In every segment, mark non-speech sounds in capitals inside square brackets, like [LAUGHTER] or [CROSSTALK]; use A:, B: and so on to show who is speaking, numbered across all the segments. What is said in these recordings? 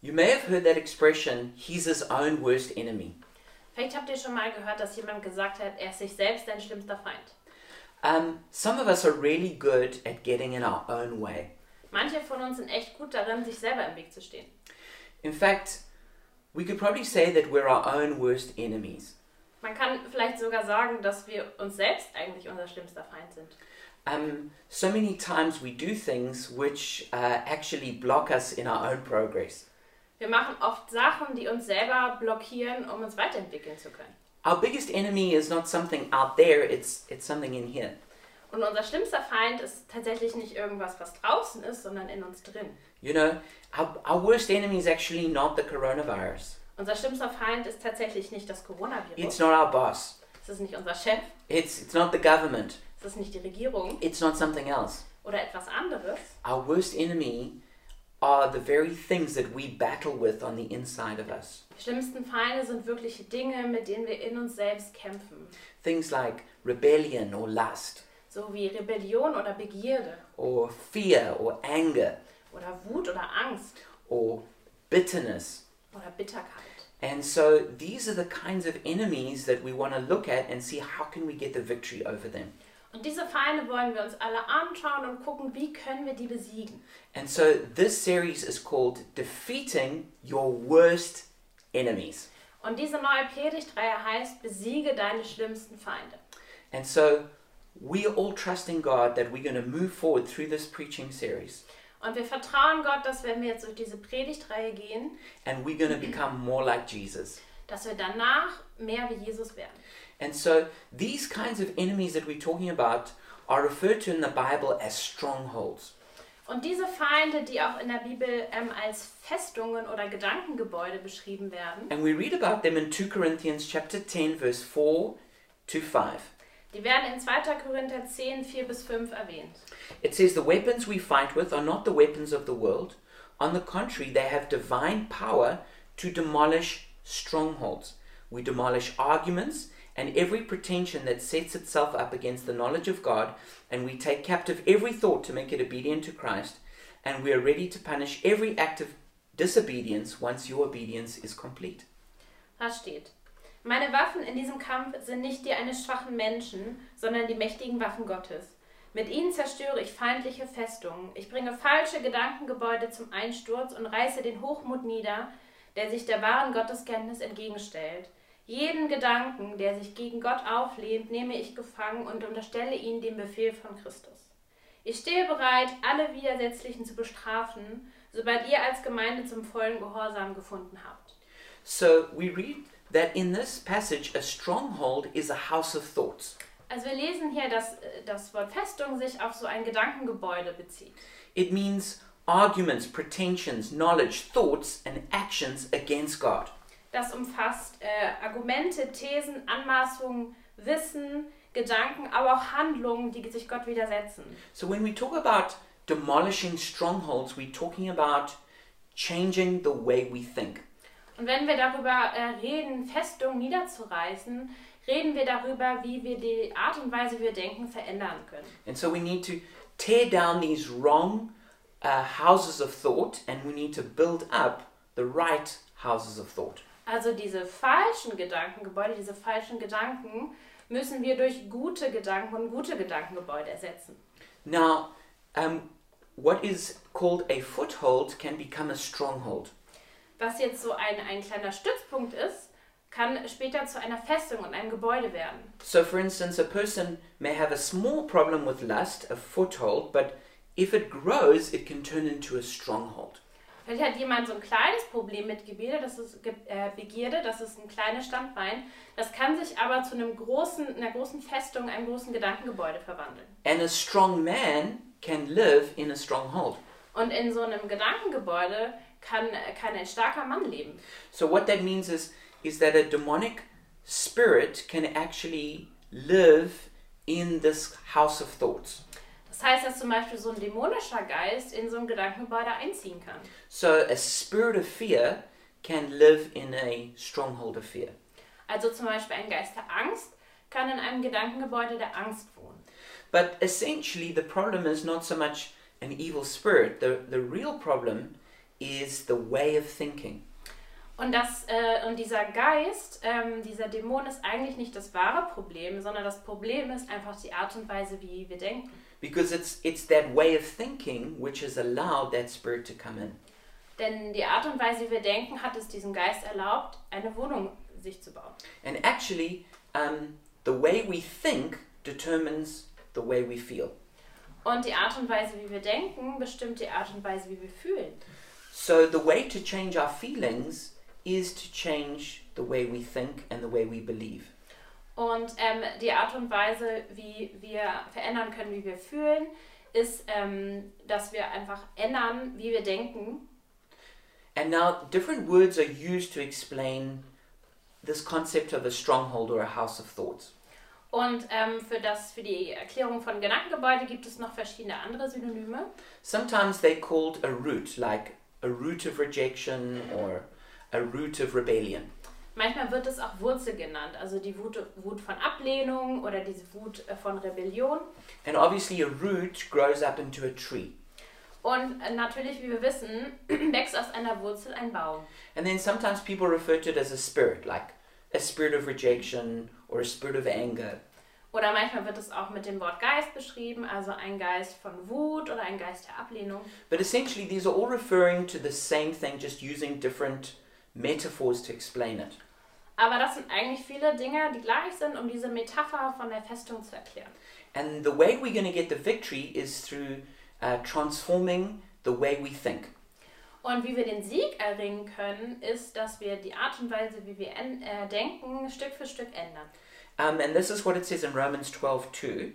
A: You may have heard that expression, he's his own worst enemy.
B: Vielleicht habt ihr schon mal gehört, dass jemand gesagt hat, er ist sich selbst sein schlimmster Feind.
A: Um, some of us are really good at getting in our own way.
B: Manche von uns sind echt gut darin, sich selber im Weg zu stehen.
A: In fact, we could probably say that we're our own worst enemies.
B: Man kann vielleicht sogar sagen, dass wir uns selbst eigentlich unser schlimmster Feind sind.
A: Um, so many times we do things which uh, actually block us in our own progress.
B: Wir machen oft Sachen, die uns selber blockieren, um uns weiterentwickeln zu können.
A: Our biggest enemy is not something out there, it's, it's something in here.
B: Und unser schlimmster Feind ist tatsächlich nicht irgendwas, was draußen ist, sondern in uns drin.
A: You know, our, our worst enemy is actually not the coronavirus,
B: Unser schlimmster Feind ist tatsächlich nicht das
A: it's
B: Coronavirus.
A: not our boss,
B: Es ist nicht unser Chef.
A: it's, it's not the government,
B: Es ist nicht die Regierung
A: it's not something else.
B: oder etwas anderes.
A: Our worst enemy are the very things that we battle with on the inside of us.
B: Die schlimmsten Feinde sind wirkliche Dinge, mit denen wir in uns selbst kämpfen.
A: Things like rebellion or lust,
B: So wie Rebellion oder Begierde
A: or fear or anger,
B: oder Wut oder Angst
A: or bitterness.
B: oder Bitterkeit.
A: And so these are the kinds of enemies that we want to look at and see how can we get the victory over them.
B: Und diese Feinde wollen wir uns alle anschauen und gucken, wie können wir die besiegen.
A: And so this series is called Defeating Your Worst Enemies.
B: Und diese neue Predigtreihe heißt, besiege deine schlimmsten Feinde.
A: And so we are all trusting God that we're going to move forward through this preaching series
B: Und wir vertrauen Gott, dass wenn wir jetzt durch diese Predigtreihe gehen,
A: and we're going to become more like Jesus.
B: dass wir danach mehr wie Jesus werden.
A: And so these kinds of enemies that we're talking about are referred to in the Bible as strongholds.
B: Und diese Feinde, die auch in der Bibel ähm, als Festungen oder Gedankengebäude beschrieben werden,
A: And we read about them in 2 Corinthians chapter 10 verse 4 to 5.
B: die werden in 2. Korinther 10, 4 bis 5 erwähnt.
A: It says, The weapons we fight with are not the weapons of the world. On the contrary, they have divine power to demolish strongholds. We demolish arguments and every pretension that sets itself up against the knowledge of God, and we take captive every thought to make it obedient to Christ, and we are ready to punish every act of disobedience once your obedience is complete.
B: Da steht, meine Waffen in diesem Kampf sind nicht die eines schwachen Menschen, sondern die mächtigen Waffen Gottes. Mit ihnen zerstöre ich feindliche Festungen. Ich bringe falsche Gedankengebäude zum Einsturz und reiße den Hochmut nieder, der sich der wahren Gotteskenntnis entgegenstellt. Jeden Gedanken, der sich gegen Gott auflehnt, nehme ich gefangen und unterstelle ihn dem Befehl von Christus. Ich stehe bereit, alle Widersetzlichen zu bestrafen, sobald ihr als Gemeinde zum vollen Gehorsam gefunden habt.
A: So we read that in this passage, a stronghold is a house of thoughts.
B: Also wir lesen hier, dass äh, das Wort Festung sich auf so ein Gedankengebäude bezieht.
A: It means arguments, pretensions, knowledge, thoughts, and actions against God.
B: Das umfasst äh, Argumente, Thesen, Anmaßungen, Wissen, Gedanken, aber auch Handlungen, die sich Gott widersetzen.
A: So when we talk about demolishing strongholds, we're talking about changing the way we think.
B: Und wenn wir darüber äh, reden, Festungen niederzureißen, reden wir darüber, wie wir die Art und Weise, wie wir denken, verändern können.
A: And so we need to tear down these wrong uh, houses of thought and we need to build up the right houses of thought.
B: Also diese falschen Gedankengebäude, diese falschen Gedanken müssen wir durch gute Gedanken und gute Gedankengebäude ersetzen.
A: Now, um, what is called a foothold can become a stronghold.
B: was jetzt so ein, ein kleiner Stützpunkt ist, kann später zu einer Festung und einem Gebäude werden.
A: So, for instance, a person may have a small problem with lust, a foothold, but if it grows, it can turn into a stronghold.
B: Vielleicht hat jemand so ein kleines Problem mit Gebierde, das ist Ge- äh, Begierde, das ist ein kleines Standbein. Das kann sich aber zu einem großen, einer großen Festung, einem großen Gedankengebäude verwandeln.
A: And a strong man can live in a stronghold.
B: Und in so einem Gedankengebäude kann, äh, kann ein starker Mann leben.
A: So, what that means is, is that a demonic spirit can actually live in this house of thoughts.
B: Das heißt, dass zum Beispiel so ein dämonischer Geist in so ein Gedankengebäude einziehen kann.
A: So, a spirit of fear can live in a stronghold of fear.
B: Also zum Beispiel ein Geist der Angst kann in einem Gedankengebäude der Angst wohnen.
A: But essentially, the problem is not so much an evil spirit. The, the real problem is the way of thinking.
B: Und, das, äh, und dieser Geist, ähm, dieser Dämon ist eigentlich nicht das wahre Problem, sondern das Problem ist einfach die Art und Weise, wie wir denken.
A: Because it's, it's that way of thinking which has allowed that spirit to come in.
B: Denn die Art und Weise, wie wir denken, hat es diesem Geist erlaubt, eine Wohnung sich zu bauen.
A: And actually, um, the way we think determines the way we feel.
B: Und die Art und Weise, wie wir denken, bestimmt die Art und Weise, wie wir fühlen.
A: So the way to change our feelings is to change the way we think and the way we believe.
B: Und ähm, die Art und Weise, wie wir verändern können, wie wir fühlen, ist, ähm, dass wir einfach ändern, wie wir denken.
A: And now different words are used to explain this concept of a stronghold or a house of thoughts.
B: Und ähm, für, das, für die Erklärung von Gedankengebäude gibt es noch verschiedene andere Synonyme.
A: Sometimes they're called a root, like a root of rejection or a root of rebellion.
B: Manchmal wird es auch Wurzel genannt, also die Wut, Wut von Ablehnung oder diese Wut äh, von Rebellion.
A: And obviously, a root grows up into a tree.
B: Und äh, natürlich, wie wir wissen, [CLEARS THROAT] wächst aus einer Wurzel ein Baum.
A: And then sometimes people refer to it as a spirit, like a spirit of rejection or a spirit of anger.
B: Oder manchmal wird es auch mit dem Wort Geist beschrieben, also ein Geist von Wut oder ein Geist der Ablehnung.
A: But essentially, these are all referring to the same thing, just using different metaphors to explain it.
B: Aber das sind eigentlich viele Dinge, die gleich sind, um diese Metapher von der Festung zu erklären.
A: And the way we're going to get the victory is through uh, transforming the way we think.
B: Und wie wir den Sieg erringen können, ist, dass wir die Art und Weise, wie wir en- äh, denken, Stück für Stück ändern.
A: Um, and this is what it says in Romans 12 2,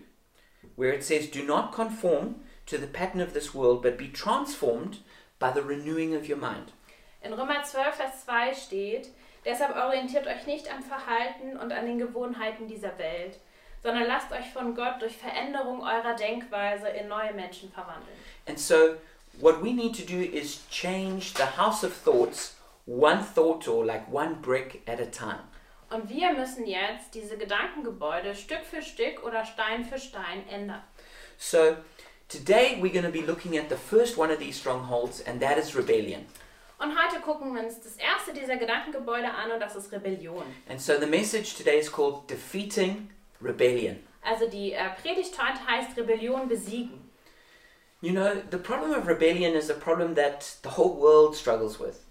A: where it says, Do not conform to the pattern of this world, but be transformed by the renewing of your mind.
B: In Römer 12, Vers 2 steht, deshalb orientiert euch nicht am Verhalten und an den Gewohnheiten dieser Welt, sondern lasst euch von Gott durch Veränderung eurer Denkweise in neue Menschen verwandeln.
A: And so, what we need to do is change the house of thoughts one thought or like one brick at a time.
B: Und wir müssen jetzt diese Gedankengebäude Stück für Stück oder Stein für Stein ändern.
A: So, today we're going to be looking at the first one of these strongholds, and that is rebellion.
B: Und heute gucken wir uns das erste dieser Gedankengebäude an und das ist Rebellion.
A: And so, the message today is called Defeating Rebellion.
B: Also die äh, Predigt heute heißt Rebellion besiegen.
A: You know, the problem of rebellion is a problem that the whole world struggles with.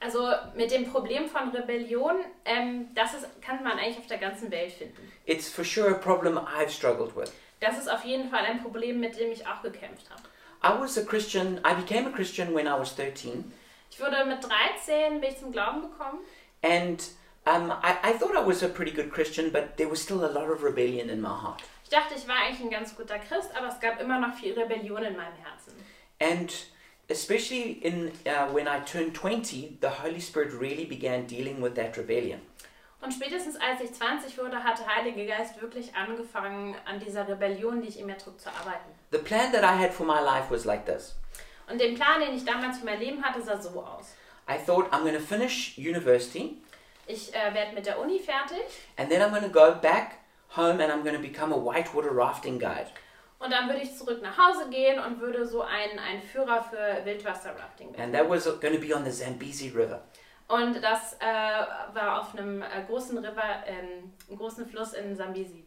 B: Also mit dem Problem von Rebellion, ähm, das ist, kann man eigentlich auf der ganzen Welt finden.
A: It's for sure a problem I've struggled with.
B: Das ist auf jeden Fall ein Problem, mit dem ich auch gekämpft habe.
A: I was a Christian, I became a Christian when I was 13,
B: Ich wurde mit 13 bin ich zum Glauben gekommen
A: and um, I, I thought I was a pretty good Christian, but there was still a lot of rebellion in my heart.
B: Ich dachte, ich war eigentlich ein ganz guter Christ, aber es gab immer noch viel Rebellion in meinem Herzen.
A: And especially in uh, when I turned 20, the Holy Spirit really began dealing with that rebellion.
B: Und spätestens als ich 20 wurde, hat der Heilige Geist wirklich angefangen, an dieser Rebellion, die ich in mir trug, zu arbeiten.
A: The plan that I had for my life was like this
B: Und den Plan, den ich damals für mein Leben hatte, sah so aus.
A: I thought I'm going to finish university,
B: Ich äh, werde mit der Uni fertig
A: and then I'm going to go back home and I'm going to become a whitewater rafting guide.
B: und dann würde ich zurück nach Hause gehen und würde so ein, ein Führer für Wildwasserrafting werden.
A: And that was going to be on the Zambezi River.
B: Und das äh, war auf einem äh, großen River, ähm, einem großen Fluss in Sambesi.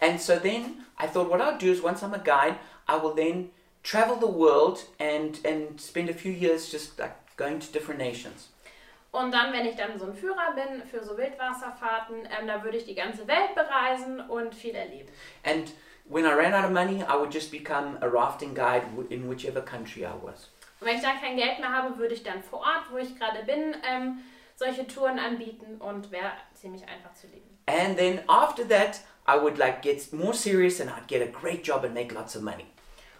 A: And so then I thought what I'll do is once I'm a guide, I will then travel the world and and spend a few years just like going to different nations.
B: Und dann, wenn ich dann so ein Führer bin für so Wildwasserfahrten, ähm, dann würde ich die ganze Welt bereisen und viel erleben.
A: And when I ran out of money, I would just become a rafting guide w- in whichever country I was.
B: Und wenn ich dann kein Geld mehr habe, würde ich dann vor Ort, wo ich gerade bin, ähm, solche Touren anbieten und wäre ziemlich einfach zu leben.
A: And then after that, I would like get more serious and I'd get a great job and make lots of money.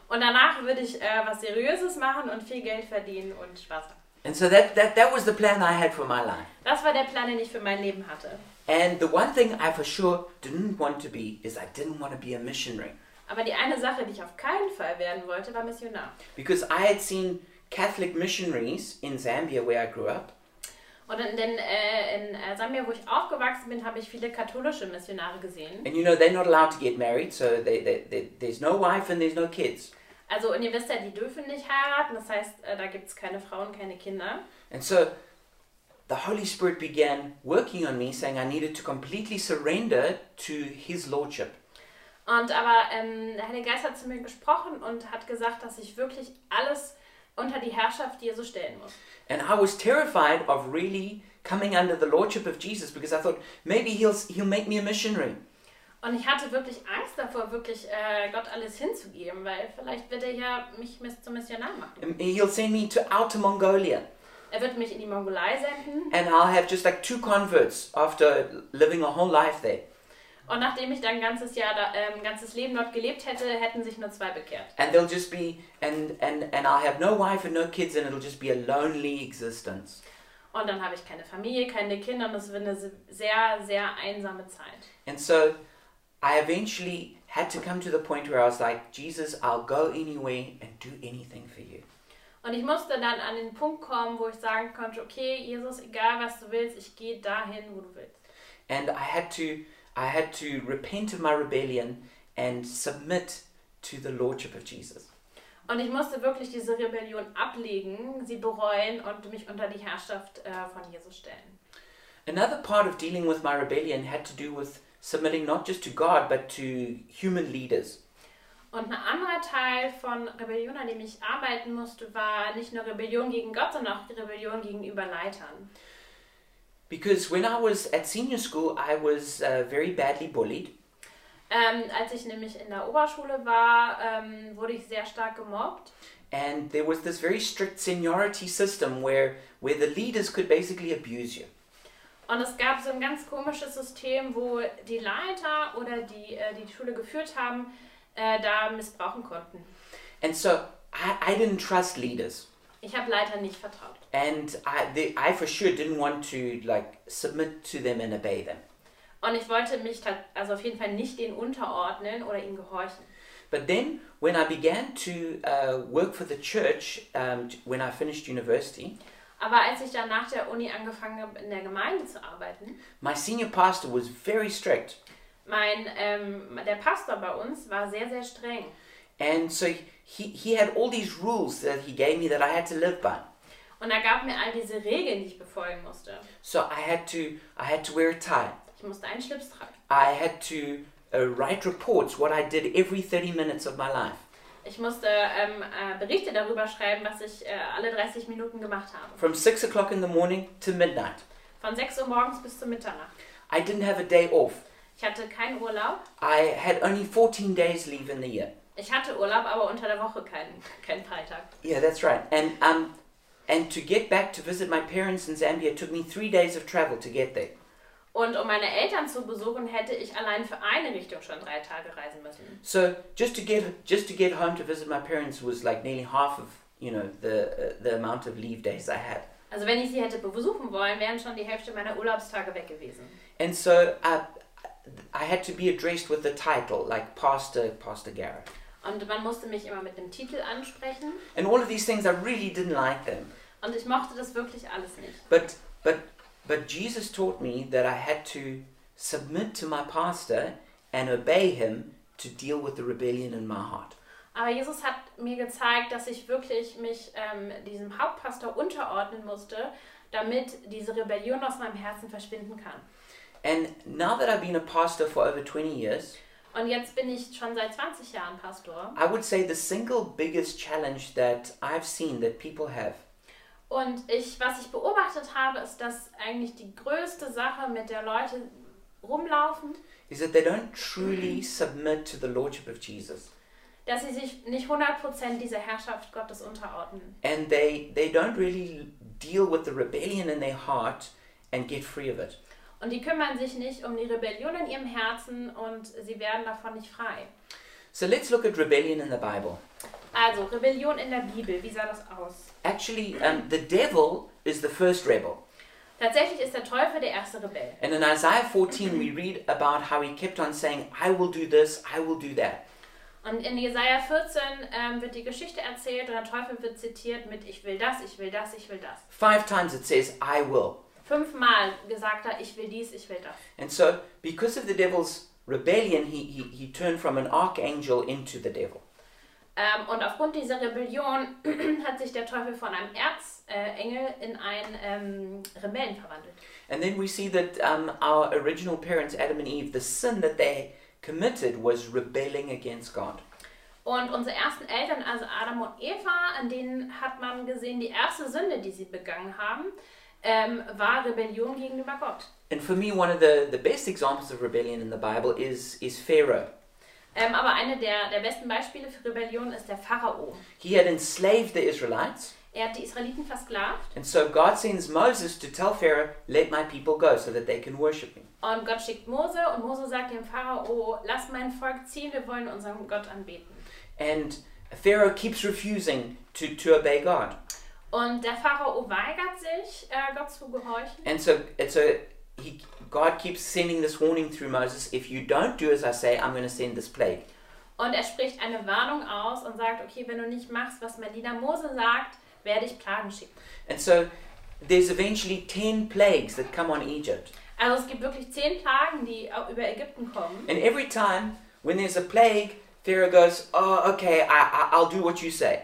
B: Und danach würde ich äh, was Seriöses machen und viel Geld verdienen und Spaß haben.
A: And so that, that, that was the plan I had for my life.
B: Das war der Plan, den ich für mein Leben hatte.
A: And the one thing I for sure didn't want to be is I didn't want to be a missionary.
B: Aber die eine Sache, die ich auf keinen Fall werden wollte, war Missionar.
A: Because I had seen Catholic missionaries in Zambia, where I grew up,
B: Und in, den, äh, in äh, Sambia, wo ich aufgewachsen bin, habe ich viele katholische Missionare gesehen.
A: and you know they're not allowed to get married, so they, they, they, there's no wife and there's no kids.
B: Also, und ihr wisst ja, die dürfen nicht heiraten, das heißt, äh, da gibt es keine Frauen, keine Kinder.
A: And so the Holy Spirit began working on me, saying I needed to completely surrender to His Lordship.
B: Und aber ähm, der Heilige Geist hat zu mir gesprochen und hat gesagt, dass ich wirklich alles unter die Herrschaft Jesu stellen muss.
A: And I was terrified of really coming under the Lordship of Jesus because I thought maybe He'll, he'll make me a missionary.
B: Und ich hatte wirklich Angst davor, wirklich äh, Gott alles hinzugeben, weil vielleicht wird er ja mich mis- zum Missionar machen.
A: Um, He'll send me to Outer Mongolia.
B: Er wird mich in die Mongolei senden.
A: And I'll have just like two converts after living a whole life there.
B: Und nachdem ich dann ein ganzes Jahr, da, ähm, ein ganzes Leben dort gelebt hätte, hätten sich nur zwei bekehrt.
A: And they'll just be, and, and, and I'll have no wife and no kids, and it'll just be a lonely existence.
B: Und dann habe ich keine Familie, keine Kinder und es wird eine se- sehr, sehr einsame Zeit.
A: And so I eventually had to come to the point where I was like, Jesus, I'll go anywhere and do anything for you.
B: Und ich musste dann an den Punkt kommen, wo ich sagen konnte, okay, Jesus, egal was du willst, ich gehe dahin, wo du willst.
A: And I had to, I had to repent of my rebellion and submit to the Lordship of Jesus.
B: Und ich musste wirklich diese Rebellion ablegen, sie bereuen und mich unter die Herrschaft äh, von Jesus stellen.
A: Another part of dealing with my rebellion had to do with submitting not just to God, but to human leaders.
B: Und ein anderer Teil von Rebellion, an dem ich arbeiten musste, war nicht nur Rebellion gegen Gott, sondern auch Rebellion gegenüber Leitern.
A: Because when I was at senior school, I was uh, very badly bullied.
B: Ähm, als ich nämlich in der Oberschule war, ähm, wurde ich sehr stark gemobbt.
A: And there was this very strict seniority system where, where the leaders could basically abuse you.
B: Und es gab so ein ganz komisches System, wo die Leiter oder die äh, die die Schule geführt haben, äh, da missbrauchen konnten.
A: And so I, I didn't trust leaders.
B: Ich habe Leitern nicht vertraut.
A: And I, they, I for sure didn't want to like submit to them and obey them.
B: Und ich wollte mich tat- also auf jeden Fall nicht denen unterordnen oder ihnen gehorchen.
A: But then when I began to uh, work for the church um, t- when I finished university,
B: Aber als ich dann nach der Uni angefangen habe, in der Gemeinde zu arbeiten,
A: my senior pastor was very strict.
B: mein, ähm, der Pastor bei uns war sehr, sehr streng.
A: And so he, he had all these rules that he gave me that I had to live by.
B: Und er gab mir all diese Regeln, die ich befolgen musste.
A: So I had to I had to wear a tie.
B: Ich musste einen Schlips tragen.
A: I had to uh, write reports what I did every 30 minutes of my life.
B: Ich musste ähm, äh, Berichte darüber schreiben, was ich äh, alle 30 Minuten gemacht habe.
A: From 6 o'clock in the morning to midnight.
B: Von 6 Uhr morgens bis zur Mitternacht.
A: I didn't have a day off.
B: Ich hatte keinen Urlaub.
A: I had only 14 days leave in the year.
B: Ich hatte Urlaub, aber unter der Woche keinen, [LAUGHS] keinen Freitag.
A: Yeah, that's right. And um, and to get back to visit my parents in Zambia took me three days of travel to get there.
B: Und um meine Eltern zu besuchen, hätte ich allein für eine Richtung schon drei Tage reisen müssen.
A: So just to get just to get home to visit my parents was like nearly half of you know the uh, the amount of leave days I had.
B: Also wenn ich sie hätte besuchen wollen, wären schon die Hälfte meiner Urlaubstage weg gewesen.
A: And so I, I had to be addressed with the title, like Pastor, Pastor Garrett.
B: Und man musste mich immer mit einem Titel ansprechen.
A: And all of these things, I really didn't like them.
B: Und ich mochte das wirklich alles nicht.
A: But, but, but Jesus taught me that I had to submit to my pastor and obey him to deal with the rebellion in my heart.
B: Aber Jesus hat mir gezeigt, dass ich wirklich mich ähm, diesem Hauptpastor unterordnen musste, damit diese Rebellion aus meinem Herzen verschwinden kann.
A: And now that I've been a pastor for over 20 years,
B: Und jetzt bin ich schon seit 20 Jahren Pastor.
A: I would say the single biggest challenge that I've seen that people have
B: Und ich, was ich beobachtet habe, ist, dass eigentlich die größte Sache, mit der Leute rumlaufen,
A: is that they don't truly submit to the lordship of Jesus.
B: dass sie sich nicht 100% dieser Herrschaft Gottes unterordnen.
A: and they they don't really deal with the rebellion in their heart and get free of it.
B: Und die kümmern sich nicht um die Rebellion in ihrem Herzen und sie werden davon nicht frei.
A: So let's look at rebellion in the Bible.
B: Also, Rebellion in der Bibel, wie sah das aus?
A: Actually, um, the devil is the first rebel.
B: Tatsächlich ist der Teufel der erste Rebell.
A: And in Isaiah 14, we read about how he kept on saying, I will do this, I will do that.
B: Und in Jesaja 14 ähm, wird die Geschichte erzählt und der Teufel wird zitiert mit Ich will das, ich will das, ich will das.
A: Five times it says, I will.
B: Fünfmal gesagt er, ich will dies, ich will das.
A: And so, because of the devil's rebellion, he, he, he turned from an archangel into the devil.
B: Ähm, und aufgrund dieser Rebellion [CLEARS THROAT] hat sich der Teufel von einem Erzengel in einen ähm, Rebellen verwandelt.
A: And then we see that um, our original parents, Adam and Eve, the sin that they committed was rebelling against God.
B: Und unsere ersten Eltern, also Adam und Eva, an denen hat man gesehen, die erste Sünde, die sie begangen haben, ähm, war Rebellion gegenüber Gott.
A: And for me, one of the, the best examples of rebellion in the Bible is, is Pharaoh.
B: Ähm, aber eine der, der besten Beispiele für Rebellion ist der Pharao.
A: He had enslaved the Israelites,
B: Er hat die Israeliten versklavt
A: and so God sends Moses to tell Pharaoh, Let my people go so that they can worship me.
B: und Gott schickt Mose und Mose sagt dem Pharao, lass mein Volk ziehen, wir wollen unseren Gott anbeten.
A: And Pharaoh keeps refusing to, to obey God.
B: Und der Pharao weigert sich, äh, Gott zu gehorchen.
A: And so, and so he, God keeps sending this warning through Moses if you don't do as I say, I'm going to send this plague.
B: Und er spricht eine Warnung aus und sagt, okay, wenn du nicht machst, was mein Diener Mose sagt, werde ich Plagen schicken.
A: And so there's eventually 10 plagues that come on Egypt.
B: Also es gibt wirklich zehn Plagen, die au- über Ägypten kommen.
A: And every time when there's a plague, Pharaoh goes, Oh, okay, I, I, I'll do what you say.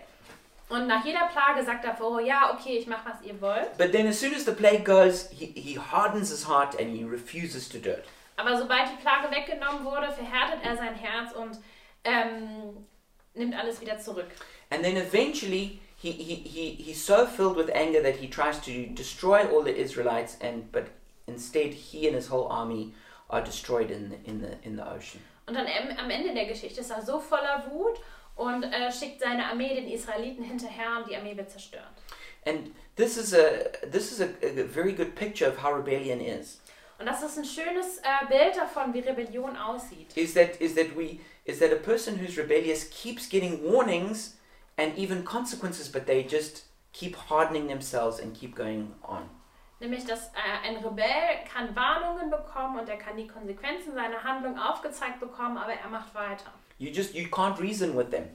B: Und nach jeder Plage sagt der Pharao, ja, okay, ich mache, was ihr wollt.
A: But then as soon as the plague goes, he, he hardens his heart and he refuses to do it.
B: Aber sobald die Plage weggenommen wurde, verhärtet er sein Herz und ähm, nimmt alles wieder zurück.
A: And then eventually, he, he, he, he's so filled with anger that he tries to destroy all the Israelites, and but instead, he and his whole army are destroyed in the, in the, in the ocean.
B: Und dann am am Ende der Geschichte ist er so voller Wut und äh, schickt seine Armee den Israeliten hinterher und die Armee wird zerstört.
A: And this is a, this is a, a very good picture of how rebellion is.
B: Und das ist ein schönes äh, Bild davon, wie Rebellion aussieht.
A: Is that, is that we is that a person who's rebellious keeps getting warnings and even consequences, but they just keep hardening themselves and keep going on.
B: Nämlich, dass äh, ein Rebell kann Warnungen bekommen und er kann die Konsequenzen seiner Handlung aufgezeigt bekommen, aber er macht weiter.
A: You just you can't reason with them.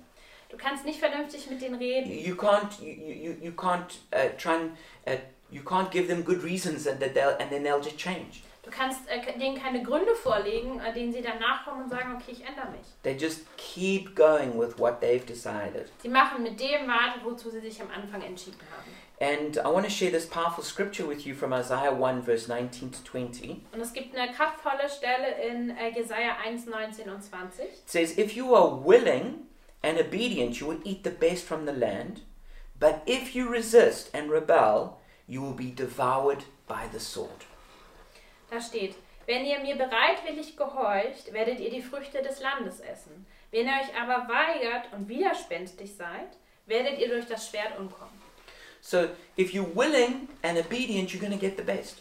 B: Du kannst nicht vernünftig mit denen reden.
A: you can't you, you, you- you can't uh, try and uh, you can't give them good reasons and that they'll and then they'll just change
B: Du kannst äh, denen keine Gründe vorlegen, äh, denen sie dann nachkommen und sagen, okay, ich ändere mich.
A: they just keep going with what they've decided
B: Sie machen mit dem weiter, wozu sie sich am Anfang entschieden haben.
A: and i want to share this powerful scripture with you from isaiah 1 verse 19 to 20 it
B: Und es gibt eine kraftvolle Stelle in äh, Jesaja 1, 19 und 20.
A: says if you are willing and obedient you will eat the best from the land but if you resist and rebel you will be devoured by the sword
B: Da steht, wenn ihr mir bereitwillig gehorcht, werdet ihr die Früchte des Landes essen. Wenn ihr euch aber weigert und widerspenstig seid, werdet ihr durch das Schwert umkommen.
A: so if you're willing and obedient you're going to get the best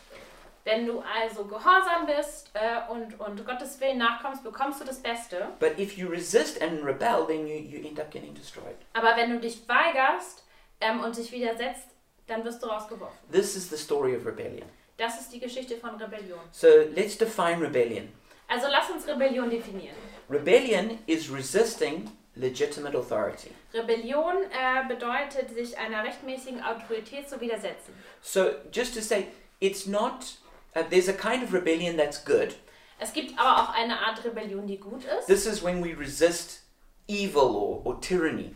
B: Wenn du also gehorsam bist äh, und, und Gottes Willen nachkommst, bekommst du das Beste.
A: But if you resist and rebel, then you, you end up getting destroyed.
B: Aber wenn du dich weigerst ähm, und dich widersetzt, dann wirst du rausgeworfen.
A: This is the story of rebellion.
B: Das ist die Geschichte von Rebellion.
A: So let's define rebellion.
B: Also lass uns Rebellion definieren.
A: Rebellion is resisting legitimate authority.
B: Rebellion äh, bedeutet, sich einer rechtmäßigen Autorität zu widersetzen.
A: So just to say, it's not, uh, there's a kind of rebellion that's good.
B: Es gibt aber auch eine Art Rebellion, die gut ist.
A: This is when we resist evil or, or tyranny.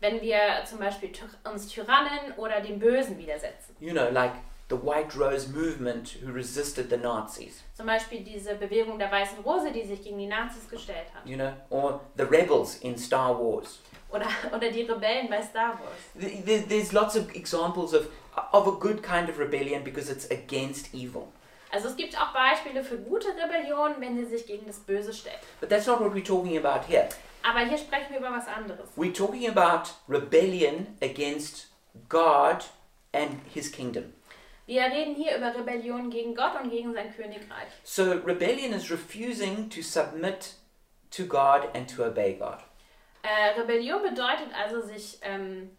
B: Wenn wir zum Beispiel ty uns Tyrannen oder dem Bösen widersetzen.
A: You know, like the White Rose movement who resisted the Nazis,
B: Zum Beispiel diese Bewegung der Weißen Rose, die sich gegen die Nazis gestellt hat.
A: you know, or the rebels in Star Wars.
B: Oder, oder die Rebellen bei Star Wars.
A: Th- th- There's lots of examples of of a good kind of rebellion because it's against evil.
B: Also es gibt auch Beispiele für gute Rebellionen, wenn sie sich gegen das Böse stellt.
A: But that's not what we're talking about here.
B: Aber hier sprechen wir über was anderes.
A: We're talking about rebellion against God and his kingdom.
B: Wir reden hier über Rebellion gegen Gott und gegen sein Königreich.
A: So rebellion is refusing to submit to God and to obey God.
B: Äh, Rebellion bedeutet also, sich ähm,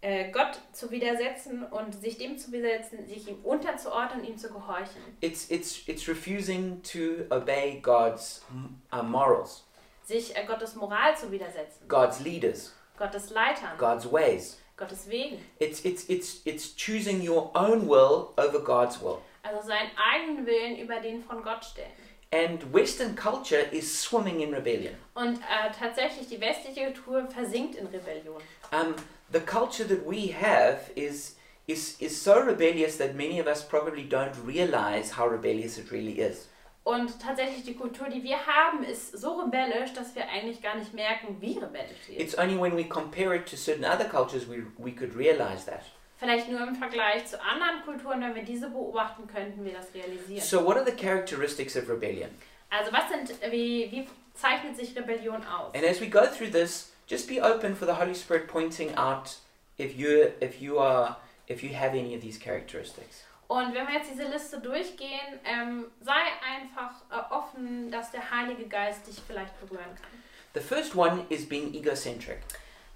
B: äh, Gott zu widersetzen und sich dem zu widersetzen, sich ihm unterzuordnen und ihm zu gehorchen.
A: It's it's it's refusing to obey God's mm, uh, morals,
B: Sich äh, Gottes Moral zu widersetzen,
A: God's leaders,
B: Gottes Leitern,
A: God's ways.
B: Gottes Wegen.
A: It's it's it's it's choosing your own will over God's will.
B: Also seinen eigenen Willen über den von Gott stellen.
A: And Western culture is swimming in rebellion.
B: Und äh, tatsächlich, die westliche Kultur versinkt in Rebellion.
A: Um, the culture that we have is, is, is so rebellious that many of us probably don't realize how rebellious it really is.
B: Und tatsächlich, die Kultur, die wir haben, ist so rebellisch, dass wir eigentlich gar nicht merken, wie rebellisch sie ist.
A: It's only when we compare it to certain other cultures we, we could realize that.
B: Vielleicht nur im Vergleich zu anderen Kulturen, wenn wir diese beobachten, könnten wir das realisieren.
A: So, what are the characteristics of rebellion?
B: Also was sind, wie, wie zeichnet sich Rebellion aus?
A: And as we go through this, just be open for the Holy Spirit pointing out if you if you are if you have any of these characteristics.
B: Und wenn wir jetzt diese Liste durchgehen, ähm, sei einfach äh, offen, dass der Heilige Geist dich vielleicht berühren kann.
A: The first one is being egocentric.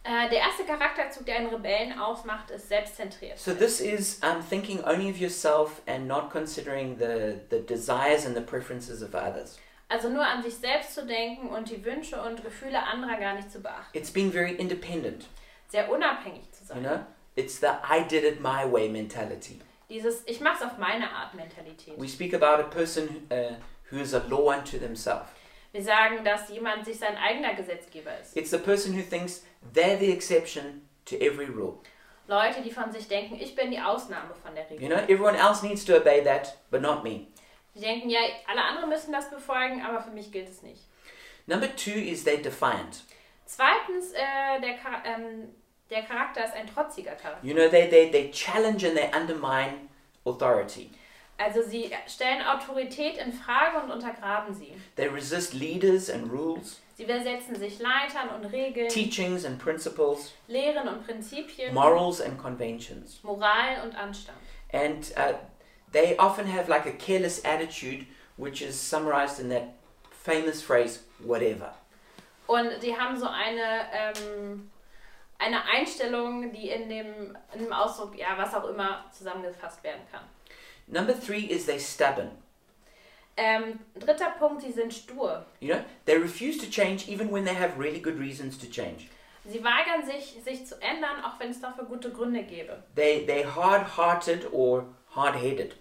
B: Äh, der erste Charakterzug, der einen Rebellen ausmacht, ist selbstzentriert.
A: So this is um, thinking only of yourself and not considering the the desires and the preferences of others.
B: Also nur an sich selbst zu denken und die Wünsche und Gefühle anderer gar nicht zu beachten.
A: It's being very independent.
B: Sehr unabhängig zu
A: You
B: sein.
A: know, it's the I did it my way mentality.
B: Dieses Ich mach's auf meine Art Mentalität.
A: We speak about a person uh, who is a law unto themselves.
B: Wir sagen, dass jemand sich sein eigener Gesetzgeber ist.
A: It's the person who thinks they're the exception to every rule.
B: Leute, die von sich denken, ich bin die Ausnahme von der Regel.
A: You know, everyone else needs to obey that, but not me.
B: Die denken, ja, alle anderen müssen das befolgen, aber für mich gilt es nicht.
A: Number two is they're defiant.
B: Zweitens, äh, der, Char ähm, der Charakter ist ein trotziger Charakter.
A: You know, they, they, they challenge and they undermine authority.
B: Also sie stellen Autorität in Frage und untergraben sie.
A: They resist leaders and rules,
B: Sie widersetzen sich Leitern und Regeln,
A: teachings and principles,
B: Lehren und Prinzipien,
A: morals and conventions.
B: Moral und Anstand.
A: And uh, they often have like a careless attitude, which is summarized in that famous phrase, whatever.
B: Und sie haben so eine, ähm, eine Einstellung, die in dem, in dem Ausdruck, ja, was auch immer, zusammengefasst werden kann.
A: Number three is they're stubborn.
B: Ähm, dritter Punkt, sie sind stur.
A: You know, they refuse to change even when they have really good reasons to change.
B: Sie weigern sich, sich zu ändern, auch wenn es dafür gute Gründe gäbe.
A: They, they're hard hearted or hard headed.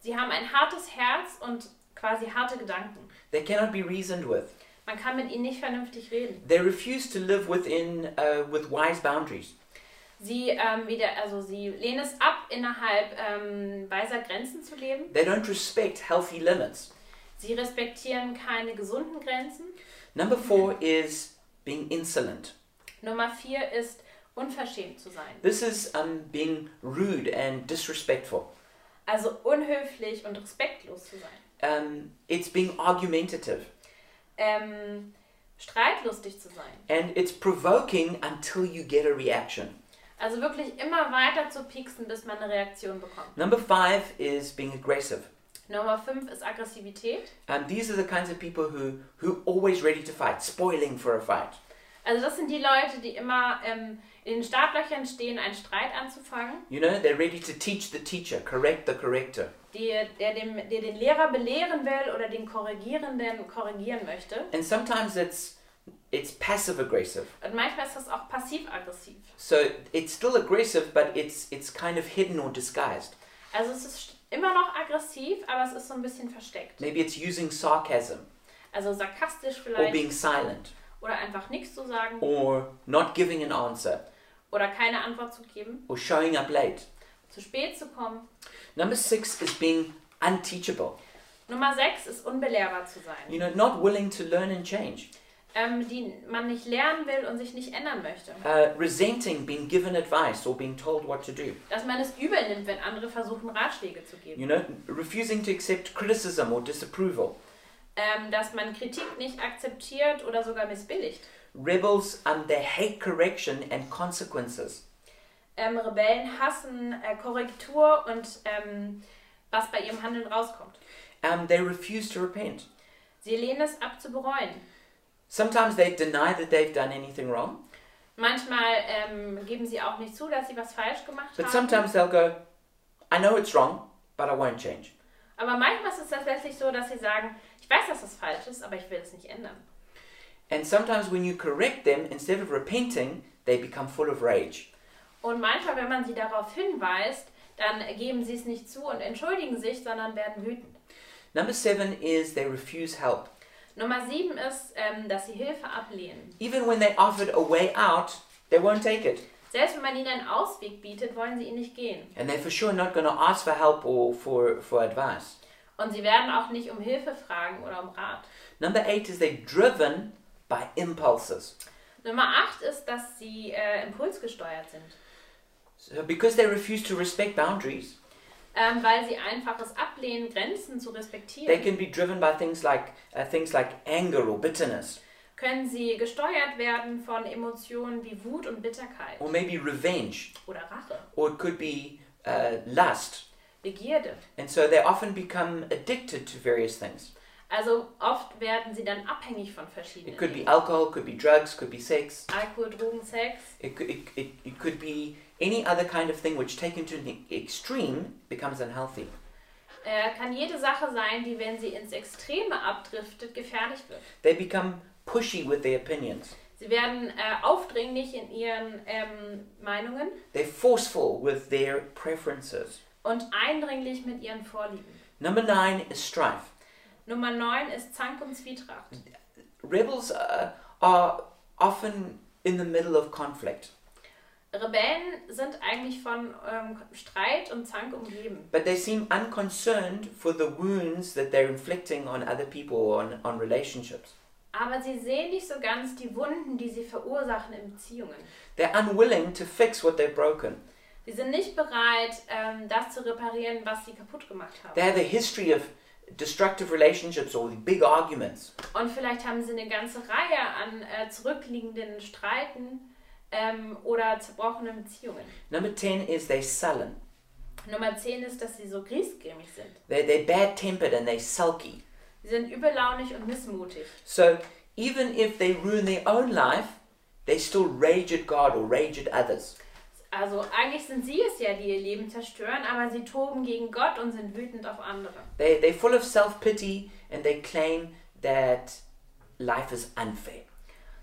B: Sie haben ein hartes Herz und quasi harte Gedanken.
A: They cannot be reasoned with.
B: Man kann mit ihnen nicht vernünftig reden.
A: They refuse to live within uh, with wise boundaries.
B: Sie, ähm, wieder, also sie lehnen es ab, innerhalb ähm, weiser Grenzen zu leben.
A: They don't respect healthy limits.
B: Sie respektieren keine gesunden Grenzen.
A: Number four is being insolent.
B: Nummer vier ist, unverschämt zu sein.
A: This is um, being rude and disrespectful.
B: Also unhöflich und respektlos zu sein.
A: Um, it's being argumentative
B: Ähm, streitlustig zu sein.
A: and it's provoking until you get a reaction.
B: Also wirklich immer weiter zu pieksen, bis man eine Reaktion bekommt.
A: Number five is being aggressive.
B: Nummer fünf ist Aggressivität.
A: Um, these are the kinds of people who who always ready to fight, spoiling for a fight.
B: Also das sind die Leute, die immer ähm, in den Startlöchern stehen, einen Streit anzufangen,
A: You know, they're ready to teach the teacher, correct the corrector.
B: die, der, dem, der den Lehrer belehren will oder den Korrigierenden korrigieren möchte.
A: and sometimes it's it's passive aggressive
B: Und manchmal ist das auch passiv-aggressiv.
A: so it's still aggressive but it's it's kind of hidden or disguised
B: Also es ist immer noch aggressiv, aber es ist so ein bisschen versteckt.
A: maybe it's using sarcasm
B: Also sarkastisch
A: or
B: vielleicht
A: being silent
B: oder einfach nichts zu sagen
A: or not giving an answer
B: oder keine Antwort zu geben,
A: or showing up late
B: zu spät zu kommen.
A: number 6 is being unteachable
B: Nummer sechs ist unbelehrbar zu sein,
A: you know not willing to learn and change
B: ähm, die man nicht lernen will und sich nicht ändern möchte.
A: uh, resenting being given advice or being told what to do
B: Dass man es übel nimmt, wenn andere versuchen, Ratschläge zu geben.
A: you know refusing to accept criticism or disapproval
B: ähm, dass man Kritik nicht akzeptiert oder sogar missbilligt.
A: rebels um, they hate correction and consequences
B: Ähm, Rebellen hassen äh, Korrektur und ähm, was bei ihrem Handeln rauskommt.
A: um, they refuse to repent
B: Sie lehnen es ab zu bereuen.
A: Sometimes they deny that they've done anything wrong,
B: Manchmal ähm, geben sie auch nicht zu, dass sie was falsch gemacht
A: but
B: haben.
A: sometimes they'll go, I know it's wrong, but I won't change.
B: Aber manchmal ist es tatsächlich so, dass sie sagen, ich weiß, dass das falsch ist, aber ich will es nicht ändern.
A: And sometimes when you correct them, instead of repenting, they become full of rage.
B: Und manchmal, wenn man sie darauf hinweist, dann geben sie es nicht zu und entschuldigen sich, sondern werden wütend.
A: Number seven is they refuse help.
B: Nummer sieben ist, ähm, dass sie Hilfe ablehnen.
A: Even when they offered a way out, they won't take it.
B: Selbst wenn man ihnen einen Ausweg bietet, wollen sie ihn nicht gehen.
A: And they're for sure not going to ask for help or for, for advice.
B: Und sie werden auch nicht um Hilfe fragen oder um Rat.
A: Number eight is they're driven by impulses.
B: Nummer acht ist, dass sie äh, impulsgesteuert sind.
A: So because they refuse to respect boundaries,
B: Ähm, weil sie einfach es ablehnen, Grenzen zu
A: they
B: respektieren,
A: can be driven by things like uh, things like anger or bitterness,
B: können sie gesteuert werden von Emotionen wie Wut und Bitterkeit
A: or maybe revenge,
B: oder Rache,
A: or it could be uh, lust.
B: Begierde.
A: And so they often become addicted to various things.
B: Also oft werden sie dann abhängig von verschiedenen
A: It could be
B: Dingen.
A: alcohol, could be drugs, could be sex.
B: Alkohol, Drogen, Sex.
A: It could, it, it, it could be any other kind of thing which, taken to the extreme, becomes unhealthy.
B: Äh, kann jede Sache sein, die, wenn sie ins Extreme abdriftet, gefährlich wird.
A: They become pushy with their opinions.
B: Sie werden äh, aufdringlich in ihren ähm, Meinungen
A: They're forceful with their preferences.
B: und eindringlich mit ihren Vorlieben.
A: Number nine is strife.
B: Nummer 9 ist Zank und Zwietracht.
A: Rebels uh, are often in the middle of conflict,
B: Rebellen sind eigentlich von ähm, Streit und Zank umgeben.
A: but they seem unconcerned for the wounds that they're inflicting on other people or on, on relationships.
B: Aber sie sehen nicht so ganz die Wunden, die sie verursachen in Beziehungen.
A: They're unwilling to fix what they've broken.
B: Sie sind nicht bereit, ähm, das zu reparieren, was sie kaputt gemacht haben.
A: They have a history of destructive relationships or big arguments.
B: Und vielleicht haben sie eine ganze Reihe an äh, zurückliegenden Streiten ähm, oder zerbrochenen Beziehungen.
A: Number 10 is they're sullen.
B: Nummer 10 ist, dass sie so griesgrämig sind.
A: They're, they're bad tempered and they're sulky.
B: Sie sind übellaunig und missmutig.
A: So even if they ruin their own life, they still rage at God or rage at others.
B: Also eigentlich sind sie es ja, die ihr Leben zerstören, aber sie toben gegen Gott und sind wütend auf andere.
A: They, they're full of self pity and they claim that life is unfair.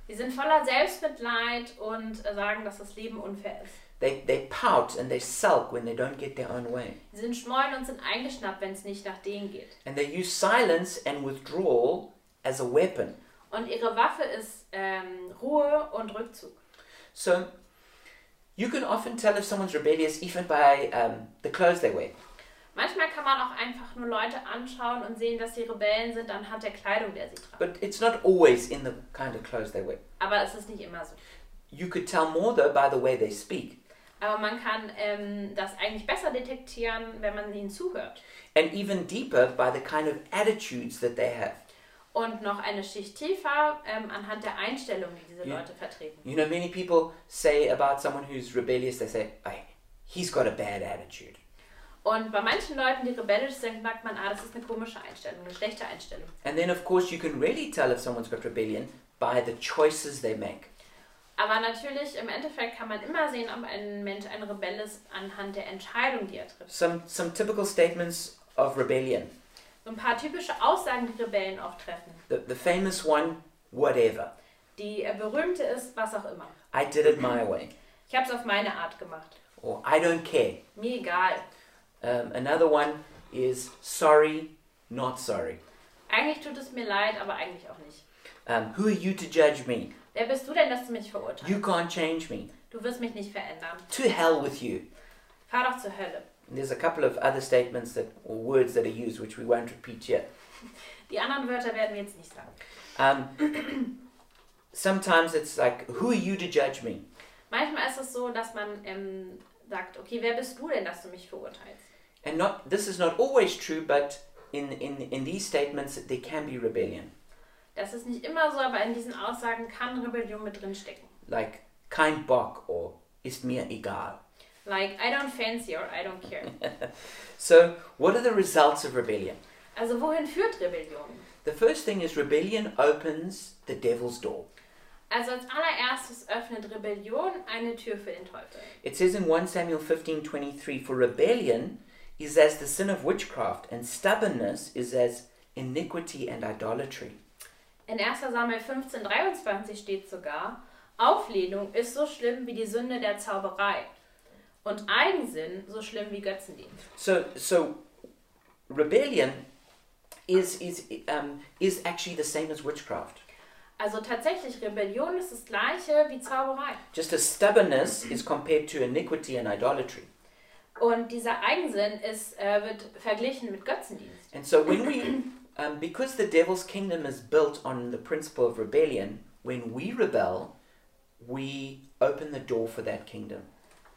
B: Sie sind voller Selbstmitleid und äh, sagen, dass das Leben unfair ist.
A: They, they pout and they sulk when they don't get their own way.
B: Sie sind schmollen und sind eingeschnappt, wenn es nicht nach denen geht.
A: And they use silence and withdrawal as a weapon.
B: Und ihre Waffe ist ähm, Ruhe und Rückzug.
A: So you can often tell if someone's rebellious even by um, the clothes they wear.
B: Manchmal kann man auch einfach nur Leute anschauen und sehen, dass sie Rebellen sind anhand der Kleidung, der sie tragen.
A: But it's not always in the kind of clothes they wear.
B: Aber es ist nicht immer so.
A: You could tell more though by the way they speak.
B: Aber man kann ähm, das eigentlich besser detektieren, wenn man ihnen zuhört.
A: And even deeper by the kind of attitudes that they have.
B: Und noch eine Schicht tiefer ähm, anhand der Einstellung, die diese
A: Ja.
B: Leute vertreten.
A: You know, many people say about someone who's rebellious, they say, hey, he's got a bad attitude.
B: Und bei manchen Leuten, die rebellisch sind, merkt man, ah, das ist eine komische Einstellung, eine schlechte Einstellung.
A: And then, of course, you can really tell if someone's got rebellion by the choices they make.
B: Aber natürlich, im Endeffekt kann man immer sehen, ob ein Mensch ein Rebell ist, anhand der Entscheidung, die er trifft.
A: Some, some typical statements of rebellion.
B: So ein paar typische Aussagen, die Rebellen oft treffen.
A: The, the famous one, whatever.
B: Die äh, berühmte ist, was auch immer.
A: I did it my way.
B: Ich habe es auf meine Art gemacht.
A: Or I don't care.
B: Mir egal.
A: Um, another one is sorry, not sorry.
B: Eigentlich tut es mir leid, aber eigentlich auch nicht.
A: Um, who are you to judge me?
B: Wer bist du denn, dass du mich verurteilst?
A: You can't change me.
B: Du wirst mich nicht verändern.
A: To hell with you.
B: Fahr doch zur Hölle.
A: And there's a couple of other statements that or words that are used which we won't repeat here.
B: Die anderen Wörter werden wir jetzt nicht sagen.
A: Um, [COUGHS] sometimes it's like, who are you to judge me?
B: Manchmal ist es so, dass man ähm, sagt, okay, wer bist du denn, dass du mich verurteilst?
A: And not this is not always true, but in, in, in these statements there can be rebellion.
B: Das ist nicht immer so, aber in diesen Aussagen kann Rebellion mit drinstecken.
A: Like kein Bock or ist mir egal.
B: Like, I don't fancy or I don't care.
A: So what are the results of rebellion?
B: Also wohin führt Rebellion?
A: The first thing is rebellion opens the devil's door.
B: Also als allererstes öffnet Rebellion eine Tür für den Teufel.
A: It says in 1 Samuel fifteen twenty three, for rebellion is as the sin of witchcraft, and stubbornness is as iniquity and idolatry.
B: In 1. Samuel 15, 23 steht sogar, Auflehnung ist so schlimm wie die Sünde der Zauberei und Eigensinn so schlimm wie Götzendienst.
A: So, so rebellion is is um, is actually the same as witchcraft.
B: Also tatsächlich, Rebellion ist das gleiche wie Zauberei.
A: Just as stubbornness is compared to iniquity and idolatry.
B: Und dieser Eigensinn ist, äh, wird verglichen mit Götzendienst.
A: And so when we, um, because the devil's kingdom is built on the principle of rebellion, when we rebel, we open the door for that kingdom.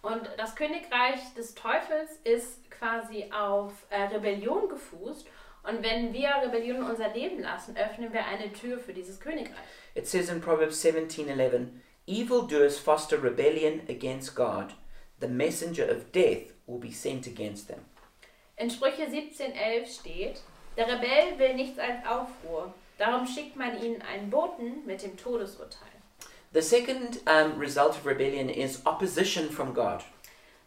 B: Und das Königreich des Teufels ist quasi auf äh, Rebellion gefußt. Und wenn wir Rebellion unser Leben lassen, öffnen wir eine Tür für dieses Königreich.
A: It says in Proverbs 17:11, "Evildoers foster rebellion against God; the messenger of death will be sent against them."
B: In Sprüche 17,11 steht: Der Rebell will nichts als Aufruhr. Darum schickt man ihnen einen Boten mit dem Todesurteil.
A: The second um, result of rebellion is opposition from God.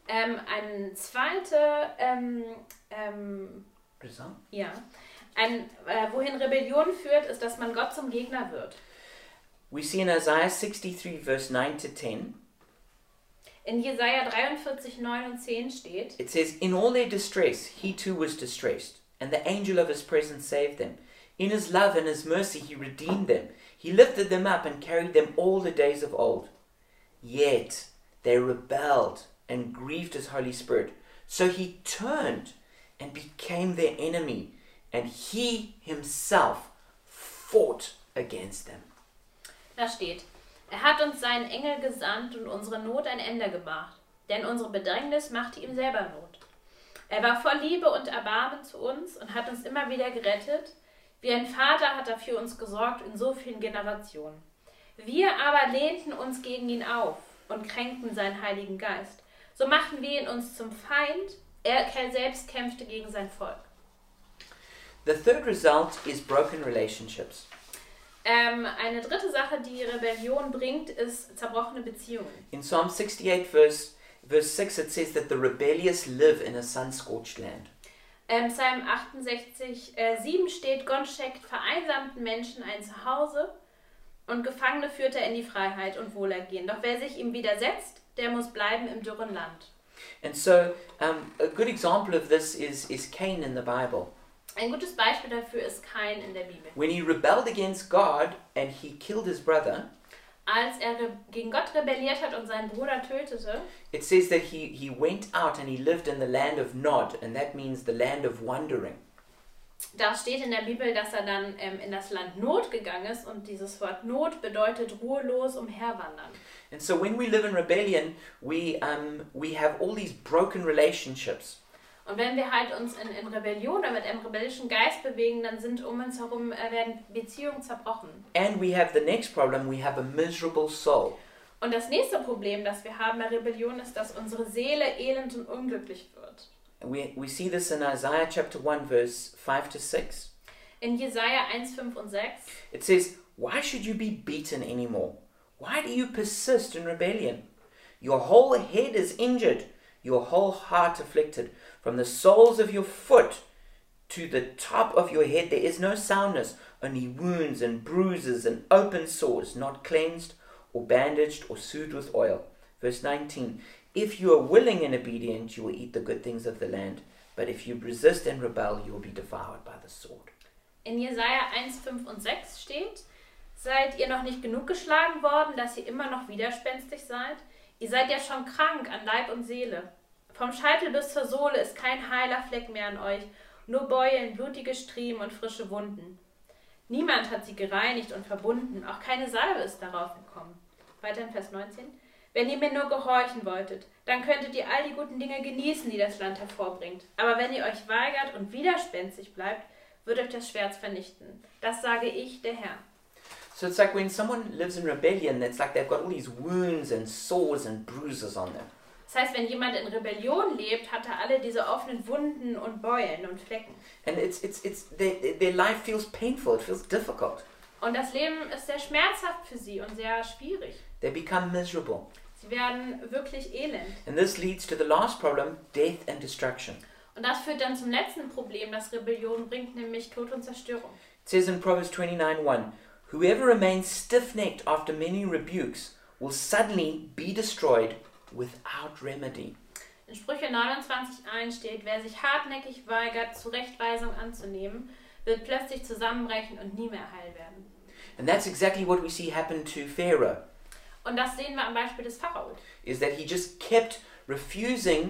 B: Ähm, ein zweiter, ähm, ähm,
A: Result?
B: ja, ein, äh, wohin Rebellion führt, ist, dass man Gott zum Gegner wird.
A: We see in Isaiah 63 verse 9 to 10,
B: In Jesaja 43, 9 und 10 steht:
A: It says, In all their distress, he too was distressed, and the angel of his presence saved them. In his love and his mercy, he redeemed them. He lifted them up and carried them all the days of old. Yet they rebelled and grieved his Holy Spirit. So he turned and became their enemy, and he himself fought against them.
B: Da steht, er hat uns seinen Engel gesandt und unsere Not ein Ende gemacht, denn unsere Bedrängnis machte ihm selber Not. Er war voll Liebe und Erbarmen zu uns und hat uns immer wieder gerettet. Wie ein Vater hat er für uns gesorgt in so vielen Generationen. Wir aber lehnten uns gegen ihn auf und kränkten seinen Heiligen Geist. So machten wir ihn uns zum Feind, er selbst kämpfte gegen sein Volk.
A: The third result is broken relationships.
B: Ähm, eine dritte Sache, die Rebellion bringt, ist zerbrochene Beziehungen.
A: In Psalm 68, verse, verse 6, it says that the rebellious live in a sun scorched land.
B: Ähm, Psalm 68, äh, 7 steht, Gott schenkt vereinsamten Menschen ein Zuhause und Gefangene führt er in die Freiheit und Wohlergehen. Doch wer sich ihm widersetzt, der muss bleiben im dürren Land.
A: And so, um, a good example of this is, is Cain in the Bible.
B: Ein gutes Beispiel dafür ist Kain in der Bibel.
A: When he rebelled against God and he killed his brother,
B: Als er re- gegen Gott rebelliert hat und seinen Bruder tötete,
A: it says that he, he went out and he lived in the land of Nod, and that means the land of wandering.
B: da steht in der Bibel, dass er dann ähm, in das Land Not gegangen ist und dieses Wort Not bedeutet ruhelos umherwandern.
A: And so, when we live in rebellion, we, um, we have all these broken relationships.
B: Und wenn wir halt uns in, in Rebellion oder mit einem rebellischen Geist bewegen, dann sind um uns herum äh, werden Beziehungen zerbrochen.
A: And we have the next problem we have a miserable soul.
B: Und das nächste Problem, das wir haben bei Rebellion, ist, dass unsere Seele elend und unglücklich wird.
A: We, we see this in Isaiah chapter 1, verse 5 to 6.
B: In Jesaja 1, 5 und 6.
A: It says, Why should you be beaten anymore? Why do you persist in rebellion? Your whole head is injured, your whole heart afflicted. From the soles of your foot to the top of your head, there is no soundness, only wounds and bruises and open sores, not cleansed or bandaged or soothed with oil. Verse 19 If you are willing and obedient, you will eat the good things of the land. But if you resist and rebel, you will be devoured by the sword.
B: In Jesaja 1, 5 und 6 steht: Seid ihr noch nicht genug geschlagen worden, dass ihr immer noch widerspenstig seid? Ihr seid ja schon krank an Leib und Seele. Vom Scheitel bis zur Sohle ist kein heiler Fleck mehr an euch, nur Beulen, blutige Striemen und frische Wunden. Niemand hat sie gereinigt und verbunden, auch keine Salbe ist darauf gekommen. Weiter in Vers 19. Wenn ihr mir nur gehorchen wolltet, dann könntet ihr all die guten Dinge genießen, die das Land hervorbringt. Aber wenn ihr euch weigert und widerspenstig bleibt, wird euch das Schwert vernichten. Das sage ich, der Herr.
A: So it's like when someone lives in rebellion, it's like they've got all these wounds and sores and bruises on them.
B: Das heißt, wenn jemand in Rebellion lebt, hat er alle diese offenen Wunden und Beulen und Flecken.
A: And it's, it's, it's, their, their life feels painful, it feels difficult.
B: Und das Leben ist sehr schmerzhaft für sie und sehr schwierig.
A: They become miserable.
B: Sie werden wirklich elend.
A: And this leads to the last problem death and destruction.
B: Und das führt dann zum letzten Problem, das Rebellion bringt, nämlich Tod und Zerstörung.
A: It says in Proverbs 29 1 Whoever remains stiff necked after many rebukes will suddenly be destroyed without remedy.
B: In Sprüche 29.1 steht, wer sich hartnäckig weigert, Zurechtweisung anzunehmen, wird plötzlich zusammenbrechen und nie mehr heil werden.
A: And that's exactly what we see happen to Pharaoh,
B: Und das sehen wir am Beispiel des Pharao.
A: is that he just kept refusing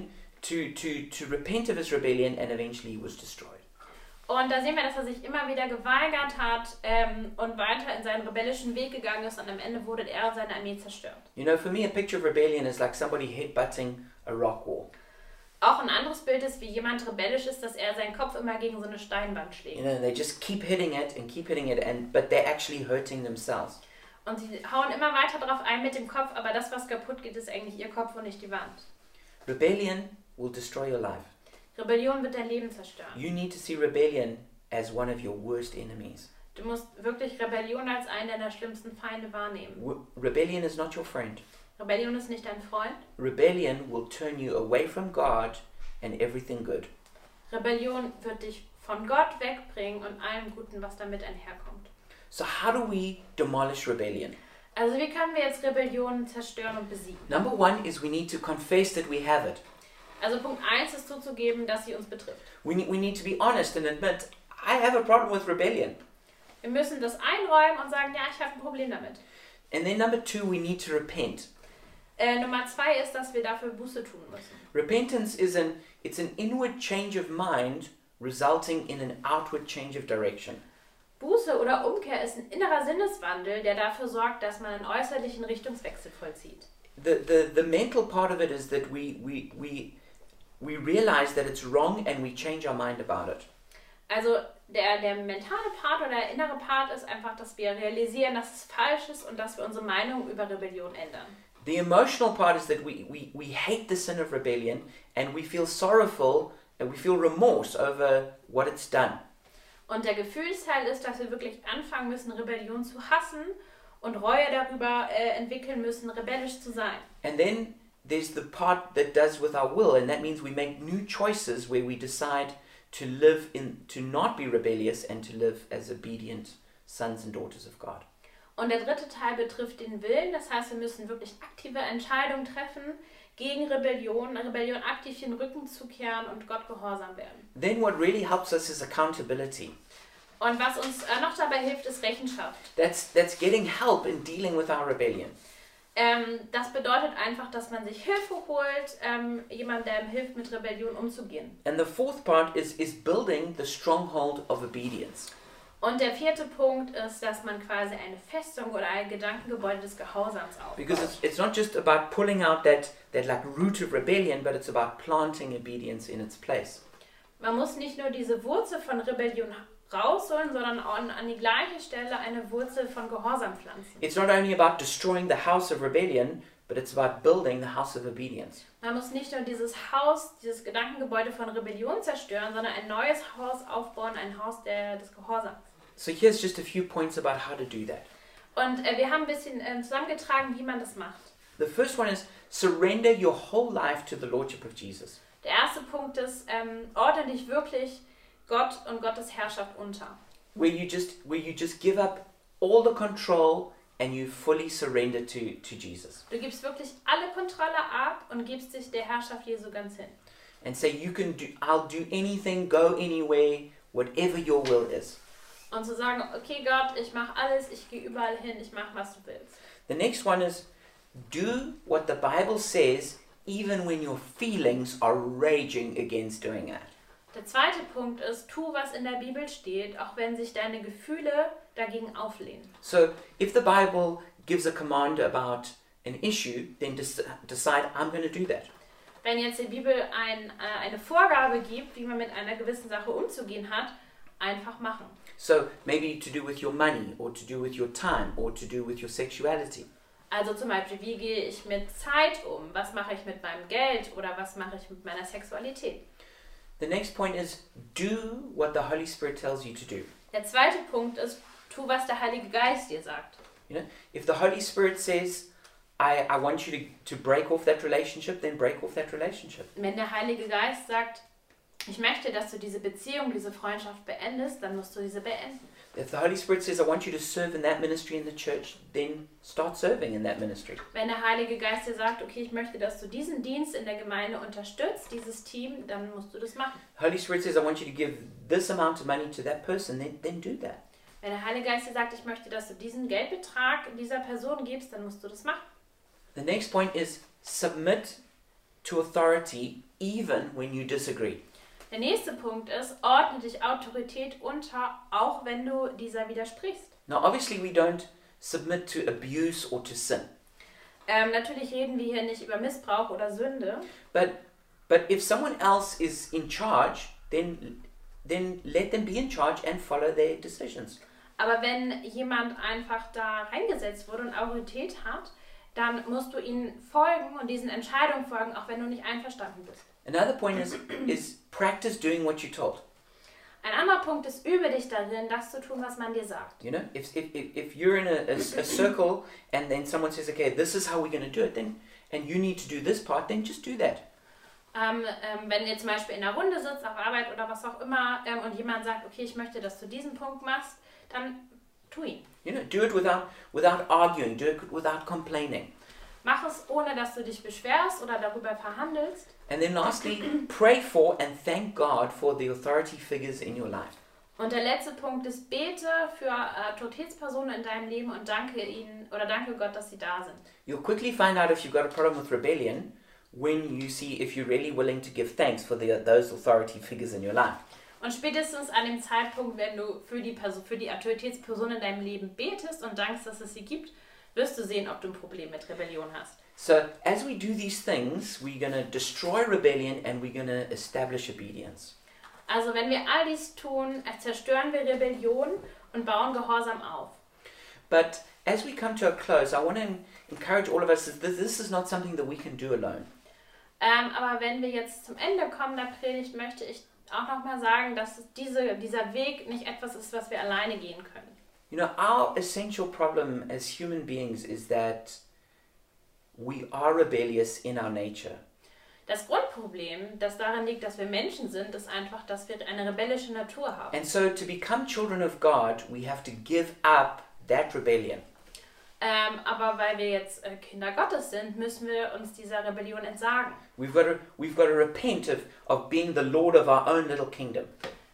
A: to, to, to repent of his rebellion and eventually was destroyed.
B: Und da sehen wir, dass er sich immer wieder geweigert hat ähm, und weiter in seinen rebellischen Weg gegangen ist und am Ende wurde er und seine Armee zerstört.
A: You know, for me, a picture of rebellion is like somebody headbutting a rock wall.
B: Auch ein anderes Bild ist, wie jemand rebellisch ist, dass er seinen Kopf immer gegen so eine Steinwand
A: You
B: schlägt.
A: know, they just keep hitting it and keep hitting it, and but they're actually hurting themselves.
B: Und sie hauen immer weiter drauf ein mit dem Kopf, aber das, was kaputt geht, ist eigentlich ihr Kopf und nicht die Wand.
A: Rebellion will destroy your life.
B: Rebellion wird dein Leben zerstören.
A: You need to see rebellion as one of your worst enemies.
B: Du musst wirklich Rebellion als einen deiner schlimmsten Feinde wahrnehmen.
A: W- rebellion is not your friend.
B: Rebellion ist nicht dein Freund.
A: Rebellion will turn you away from God and everything good.
B: Rebellion wird dich von Gott wegbringen und allem Guten, was damit einherkommt.
A: So, how do we demolish rebellion?
B: Also wie können wir jetzt Rebellionen zerstören und besiegen?
A: Number one is we need to confess that we have it.
B: Also Punkt 1 ist zuzugeben, dass sie uns betrifft.
A: We need, we need to be honest and admit, I have a problem with rebellion.
B: Wir müssen das einräumen und sagen, ja, ich habe ein Problem damit.
A: And then number two, we need to repent.
B: Äh, Nummer 2 ist, dass wir dafür Buße tun müssen.
A: Repentance is an it's an inward change of mind resulting in an outward change of direction.
B: Buße oder Umkehr ist ein innerer Sinneswandel, der dafür sorgt, dass man einen äußerlichen Richtungswechsel vollzieht.
A: The the, the mental part of it is that we we we we realize that it's wrong and we change our mind about it.
B: Also der, der mentale Part oder der innere Part ist einfach, dass wir realisieren, dass es falsch ist und dass wir unsere Meinung über Rebellion ändern.
A: The emotional part is that we, we, we hate the sin of rebellion and we feel sorrowful and we feel remorse over what it's done.
B: Und der Gefühlsteil ist, dass wir wirklich anfangen müssen, Rebellion zu hassen und Reue darüber äh, entwickeln müssen, rebellisch zu sein.
A: And then there's the part that does with our will, and that means we make new choices where we decide to live in, to not be rebellious and to live as obedient sons and daughters of God.
B: Und der dritte Teil betrifft den Willen, das heißt, wir müssen wirklich aktive Entscheidungen treffen gegen Rebellion, Rebellion aktiv den Rücken zu kehren und Gott gehorsam werden.
A: Then what really helps us is accountability.
B: Und was uns äh, noch dabei hilft, ist Rechenschaft.
A: That's, that's getting help in dealing with our rebellion.
B: Ähm, das bedeutet einfach, dass man sich Hilfe holt, ähm, jemand, der ihm hilft, mit Rebellion umzugehen.
A: And the fourth part is, is building the stronghold of obedience.
B: Und der vierte Punkt ist, dass man quasi eine Festung oder ein Gedankengebäude des Gehorsams
A: Because
B: aufbaut.
A: it's, it's not just about pulling out that, that like root of rebellion, but it's about planting obedience in its place.
B: Man muss nicht nur diese Wurzel von Rebellion rausholen, sondern an, an die gleiche Stelle eine Wurzel von Gehorsam pflanzen.
A: It's not only about destroying the house of rebellion, but it's about building the house of obedience.
B: Man muss nicht nur dieses Haus, dieses Gedankengebäude von Rebellion zerstören, sondern ein neues Haus aufbauen, ein Haus der, des Gehorsams.
A: So here's just a few points about how to do that.
B: Und äh, wir haben ein bisschen äh, zusammengetragen, wie man das macht.
A: The first one is surrender your whole life to the lordship of Jesus.
B: Der erste Punkt ist, ähm, ordne dich wirklich Gott und Gottes Herrschaft unter.
A: Where you just where you just give up all the control and you fully surrender to, to Jesus.
B: Du gibst wirklich alle Kontrolle ab und gibst dich der Herrschaft Jesu ganz hin.
A: And say you can do I'll do anything, go anywhere, whatever your will is.
B: Und zu sagen, okay Gott, ich mache alles, ich gehe überall hin, ich mache, was du willst.
A: The next one is do what the Bible says, even when your feelings are raging against doing it.
B: Der zweite Punkt ist, tu, was in der Bibel steht, auch wenn sich deine Gefühle dagegen auflehnen.
A: So if the Bible gives a command about an issue, then des- decide, I'm going to do that.
B: Wenn jetzt die Bibel ein, äh, eine Vorgabe gibt, wie man mit einer gewissen Sache umzugehen hat, einfach machen.
A: So maybe to do with your money, or to do with your time, or to do with your sexuality.
B: Also zum Beispiel, wie gehe ich mit Zeit um? Was mache ich mit meinem Geld oder was mache ich mit meiner Sexualität?
A: The next point is do what the Holy Spirit tells you to do.
B: Der zweite Punkt ist, tu, was der Heilige Geist dir sagt.
A: You know, if the Holy Spirit says, I, I want you to, to break off that relationship, then break off that relationship.
B: Wenn der Heilige Geist sagt, ich möchte, dass du diese Beziehung, diese Freundschaft beendest, dann musst du diese beenden.
A: If the Holy Spirit says, I want you to serve in that ministry in the church, then start serving in that ministry.
B: Wenn der Heilige Geist dir sagt, okay, ich möchte, dass du diesen Dienst in der Gemeinde unterstützt, dieses Team, dann musst du das machen.
A: Holy Spirit says, I want you to give this amount of money to that person, then, then do that.
B: Wenn der Heilige Geist dir sagt, ich möchte, dass du diesen Geldbetrag dieser Person gibst, dann musst du das machen.
A: The next point is submit to authority even when you disagree.
B: Der nächste Punkt ist, ordne dich Autorität unter, auch wenn du dieser widersprichst.
A: Now, obviously, we don't submit to abuse or to sin,
B: Ähm, natürlich reden wir hier nicht über Missbrauch oder Sünde,
A: but but if someone else is in charge, then then let them be in charge and follow their decisions.
B: aber wenn jemand einfach da reingesetzt wurde und Autorität hat, dann musst du ihnen folgen und diesen Entscheidungen folgen, auch wenn du nicht einverstanden bist.
A: Another point is is practice doing what you're told.
B: Ein anderer Punkt ist, übe dich darin, das zu tun, was man dir sagt.
A: You know, if if, if, if you're in a, a, a circle and then someone says, okay, this is how we're going to do it, then and you need to do this part, then just do that.
B: Ähm, ähm, wenn ihr zum Beispiel in einer Runde sitzt, auf Arbeit oder was auch immer, ähm, und jemand sagt, okay, ich möchte, dass du diesen Punkt machst, dann tu ihn.
A: You know, do it without without arguing, do it without complaining.
B: Mach es, ohne dass du dich beschwerst oder darüber verhandelst.
A: And then lastly, [CLEARS THROAT] pray for and thank God for the authority figures in your life.
B: Und der letzte Punkt ist, bete für äh, Autoritätspersonen in deinem Leben und danke ihnen oder danke Gott, dass sie da sind.
A: You'll quickly find out if you've got a problem with rebellion when you see if you're really willing to give thanks for the, those authority figures in your life.
B: Und spätestens an dem Zeitpunkt, wenn du für die, Person, für die Autoritätsperson in deinem Leben betest und dankst, dass es sie gibt, wirst du sehen, ob du ein Problem mit Rebellion hast.
A: So, as we do these things, we're going to destroy rebellion and we're going to establish obedience.
B: Also wenn wir all dies tun, äh, zerstören wir Rebellion und bauen Gehorsam auf.
A: But as we come to a close, I want to encourage all of us that this, this is not something that we can do alone.
B: Ähm, aber wenn wir jetzt zum Ende kommen der Predigt, möchte ich auch nochmal sagen, dass diese, dieser Weg nicht etwas ist, was wir alleine gehen können.
A: You know, our essential problem as human beings is that we are rebellious in our nature.
B: Das Grundproblem, das darin liegt, dass wir Menschen sind, ist einfach, dass wir eine rebellische Natur haben.
A: And so, to become children of God, we have to give up that rebellion.
B: Ähm, aber weil wir jetzt äh, Kinder Gottes sind, müssen wir uns dieser Rebellion entsagen.
A: We've got to, we've got to repent of, of being the Lord of our own little kingdom.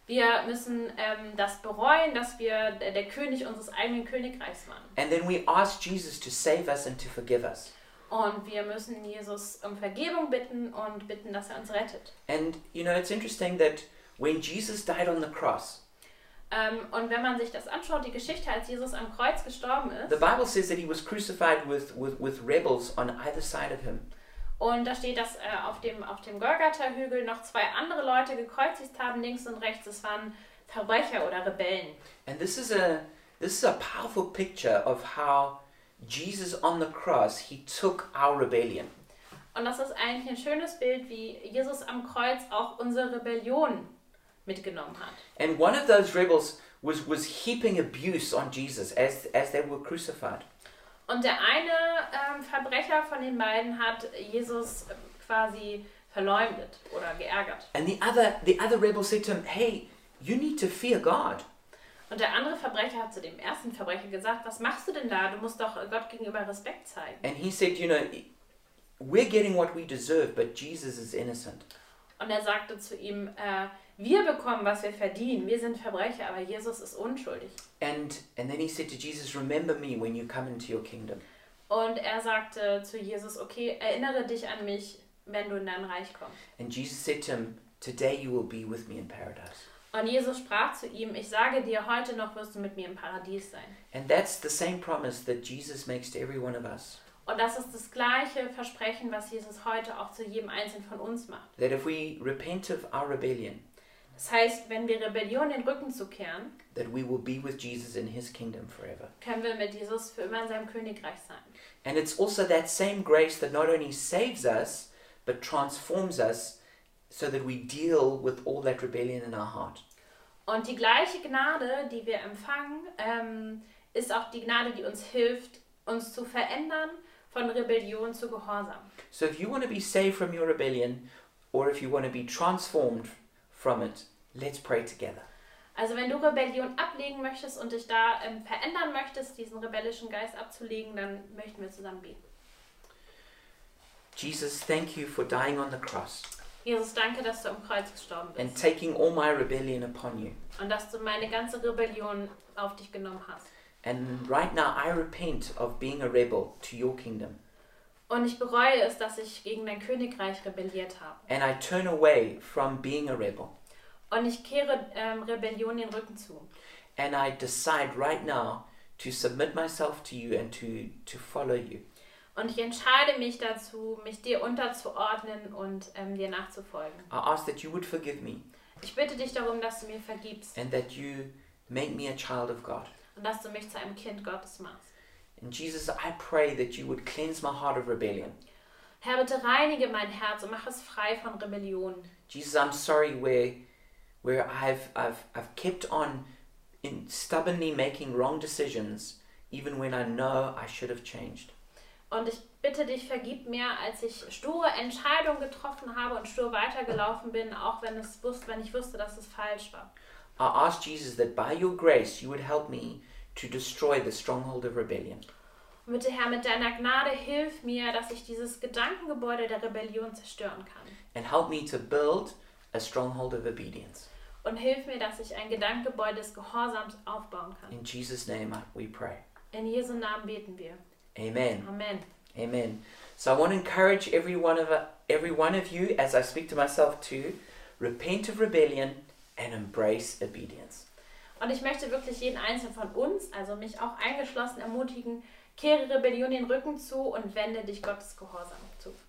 B: Wir müssen ähm, das bereuen, dass wir äh, der, der König unseres eigenen Königreichs waren.
A: And then we ask Jesus to save us and to forgive us.
B: Und wir müssen Jesus um Vergebung bitten und bitten, dass er uns rettet.
A: And, you know, it's interesting that when Jesus died on the cross,
B: Ähm, und wenn man sich das anschaut, die Geschichte, als Jesus am Kreuz gestorben ist,
A: the Bible says that he was crucified with, with, with rebels on either side of him.
B: und da steht, dass äh, auf dem, auf dem Golgatha-Hügel noch zwei andere Leute gekreuzigt haben, links und rechts, das waren Verbrecher oder Rebellen.
A: And this is a this is a powerful picture of how Jesus on the cross he took our rebellion.
B: Und das ist eigentlich ein schönes Bild, wie Jesus am Kreuz auch unsere Rebellion mitgenommen hat.
A: And one of those rebels was was heaping abuse on Jesus as as they were crucified.
B: Und der eine ähm, Verbrecher von den beiden hat Jesus ähm, quasi verleumdet oder geärgert.
A: And the other the other rebel said to him, "Hey, you need to fear God."
B: Und der andere Verbrecher hat zu dem ersten Verbrecher gesagt, was machst du denn da? Du musst doch Gott gegenüber Respekt zeigen.
A: And he said, "You know, we're getting what we deserve, but Jesus is innocent."
B: Und er sagte zu ihm, äh, wir bekommen, was wir verdienen. Wir sind Verbrecher, aber Jesus ist unschuldig.
A: And and then he said to Jesus, "Remember me when you come into your kingdom."
B: Und er sagte zu Jesus, okay, erinnere dich an mich, wenn du in dein Reich kommst.
A: And Jesus said to him, "Today you will be with me in paradise."
B: Und Jesus sprach zu ihm, ich sage dir, heute noch wirst du mit mir im Paradies sein.
A: And that's the same promise that Jesus makes to every one of us.
B: Und das ist das gleiche Versprechen, was Jesus heute auch zu jedem Einzelnen von uns macht.
A: That if we repent of our rebellion,
B: Das heißt, wenn wir Rebellion den Rücken zukehren,
A: that we will be with Jesus in his kingdom forever.
B: können wir mit Jesus für immer in seinem Königreich sein.
A: And it's also that same grace that not only saves us, but transforms us so that we deal with all that rebellion in our heart.
B: Und die gleiche Gnade, die wir empfangen, ähm, ist auch die Gnade, die uns hilft, uns zu verändern von Rebellion zu Gehorsam.
A: So if you want to be saved from your rebellion, or if you want to be transformed from it. Let's pray together.
B: Also wenn du Rebellion ablegen möchtest und dich da ähm, verändern möchtest, diesen rebellischen Geist abzulegen, dann möchten wir zusammen beten.
A: Jesus, thank you for dying on the cross
B: Jesus, danke, dass du am Kreuz gestorben
A: and
B: bist
A: taking all my rebellion upon you.
B: und dass du meine ganze Rebellion auf dich genommen hast.
A: And right now, I repent of being a rebel to your kingdom.
B: Und ich bereue es, dass ich gegen dein Königreich rebelliert habe.
A: And I turn away from being a rebel.
B: Und ich kehre ähm, Rebellion den Rücken zu.
A: And I decide right now to submit myself to you and to, to follow you.
B: Und ich entscheide mich dazu, mich dir unterzuordnen und ähm, dir nachzufolgen.
A: I ask that you would forgive me
B: Ich bitte dich darum, dass du mir vergibst
A: and that you make me a child of God.
B: und dass du mich zu einem Kind Gottes machst.
A: And Jesus, I pray that you would cleanse my heart of rebellion.
B: Herr, bitte reinige mein Herz und mach es frei von Rebellion.
A: Jesus, I'm sorry where where I've I've I've kept on in stubbornly making wrong decisions even when I know I should have changed.
B: Und ich bitte dich, vergib mir, als ich sture Entscheidungen getroffen habe und stur weitergelaufen bin, auch wenn, es wusste, wenn ich wusste, dass es falsch war.
A: I ask Jesus that by your grace you would help me to destroy the stronghold of rebellion.
B: Und bitte, Herr, mit deiner Gnade hilf mir, dass ich dieses Gedankengebäude der Rebellion zerstören kann.
A: and help me to build a stronghold of obedience.
B: Und hilf mir, dass ich ein Gedankengebäude des Gehorsams aufbauen kann.
A: In Jesus' name I- we pray.
B: In Jesu Namen beten wir.
A: Amen.
B: Amen.
A: Amen. So I want to encourage every one of uh, every one of you as I speak to myself too, repent of rebellion and embrace obedience.
B: Und ich möchte wirklich jeden Einzelnen von uns, also mich auch eingeschlossen, ermutigen, kehre Rebellion den Rücken zu und wende dich Gottes Gehorsam zu.